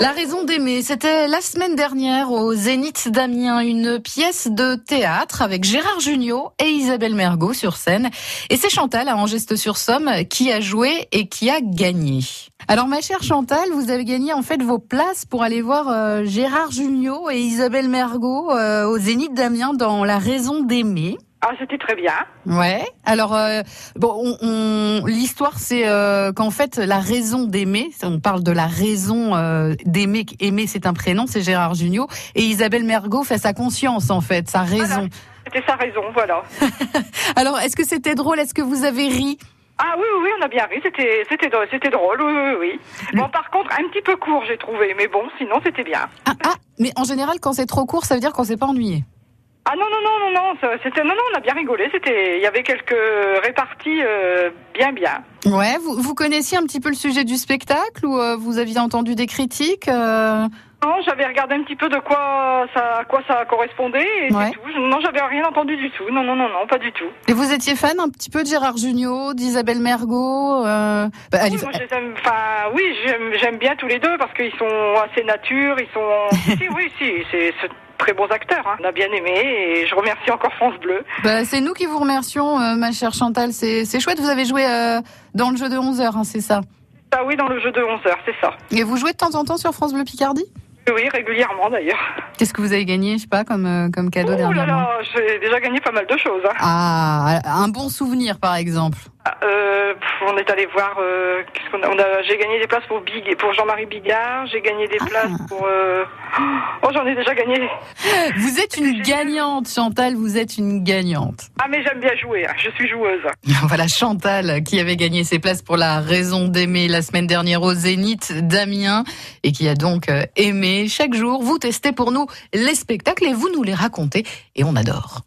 La raison d'aimer, c'était la semaine dernière au Zénith d'Amiens, une pièce de théâtre avec Gérard Junior et Isabelle Mergot sur scène. Et c'est Chantal à Angeste-sur-Somme qui a joué et qui a gagné. Alors ma chère Chantal, vous avez gagné en fait vos places pour aller voir euh, Gérard Junior et Isabelle Mergot euh, au Zénith d'Amiens dans La raison d'aimer. Ah, c'était très bien. Ouais. Alors euh, bon, on, on- l'histoire c'est euh, qu'en fait la raison d'aimer, on parle de la raison euh, d'aimer. Aimer c'est un prénom, c'est Gérard Jugnot et Isabelle Mergot fait sa conscience en fait, sa raison. C'était sa raison, voilà. Alors est-ce que c'était drôle Est-ce que vous avez ri Ah oui, oui, oui, on a bien ri, c'était c'était drôle, c'était drôle, oui, oui, oui. Bon, par contre, un petit peu court, j'ai trouvé, mais bon, sinon, c'était bien. ah, ah, mais en général quand c'est trop court, ça veut dire qu'on s'est pas ennuyé. Ah non, non, non, non, non, ça- c'était... Non, non, on a bien rigolé, c'était... Il y avait quelques réparties euh, bien, bien. Ouais. Vous, vous connaissiez un petit peu le sujet du spectacle ou euh, vous aviez entendu des critiques euh Non, j'avais regardé un petit peu de quoi ça, à quoi ça correspondait, et Ouais. c'est tout. Je- Non, j'avais rien entendu du tout, non, non, non, non, pas du tout. Et vous étiez fan un petit peu de Gérard Jugnot, d'Isabelle Mergot euh... bah, elle- Oui, moi, je les aime- enfin, oui, j'aime j'aime bien tous les deux, parce qu'ils sont assez nature, ils sont... si, oui, si, c'est... c'est Très bons acteurs, hein. on a bien aimé et je remercie encore France Bleu. Bah, c'est nous qui vous remercions, euh, ma chère Chantal. C'est c'est chouette. Vous avez joué euh, dans le jeu de 11 heures, hein, c'est ça. Ah oui, dans le jeu de 11 heures, c'est ça. Et vous jouez de temps en temps sur France Bleu Picardie Oui, régulièrement d'ailleurs. Qu'est-ce que vous avez gagné, je sais pas, comme, euh, comme cadeau Oh là dernièrement là, j'ai déjà gagné pas mal de choses. hein. Ah, un bon souvenir, par exemple. Ah, euh, pff, on est allé voir. euh, qu'est-ce qu'on a- on a- j'ai gagné des places pour Big et pour Jean-Marie Bigard. J'ai gagné des places pour. euh, Oh, j'en ai déjà gagné. Vous êtes une gagnante, Chantal. Vous êtes une gagnante. Ah, mais j'aime bien jouer. hein, Je suis joueuse. Voilà Chantal qui avait gagné ses places pour la raison d'aimer la semaine dernière au Zénith d'Amiens et qui a donc euh, aimé chaque jour. Vous testez pour nous les spectacles et vous nous les racontez et on adore.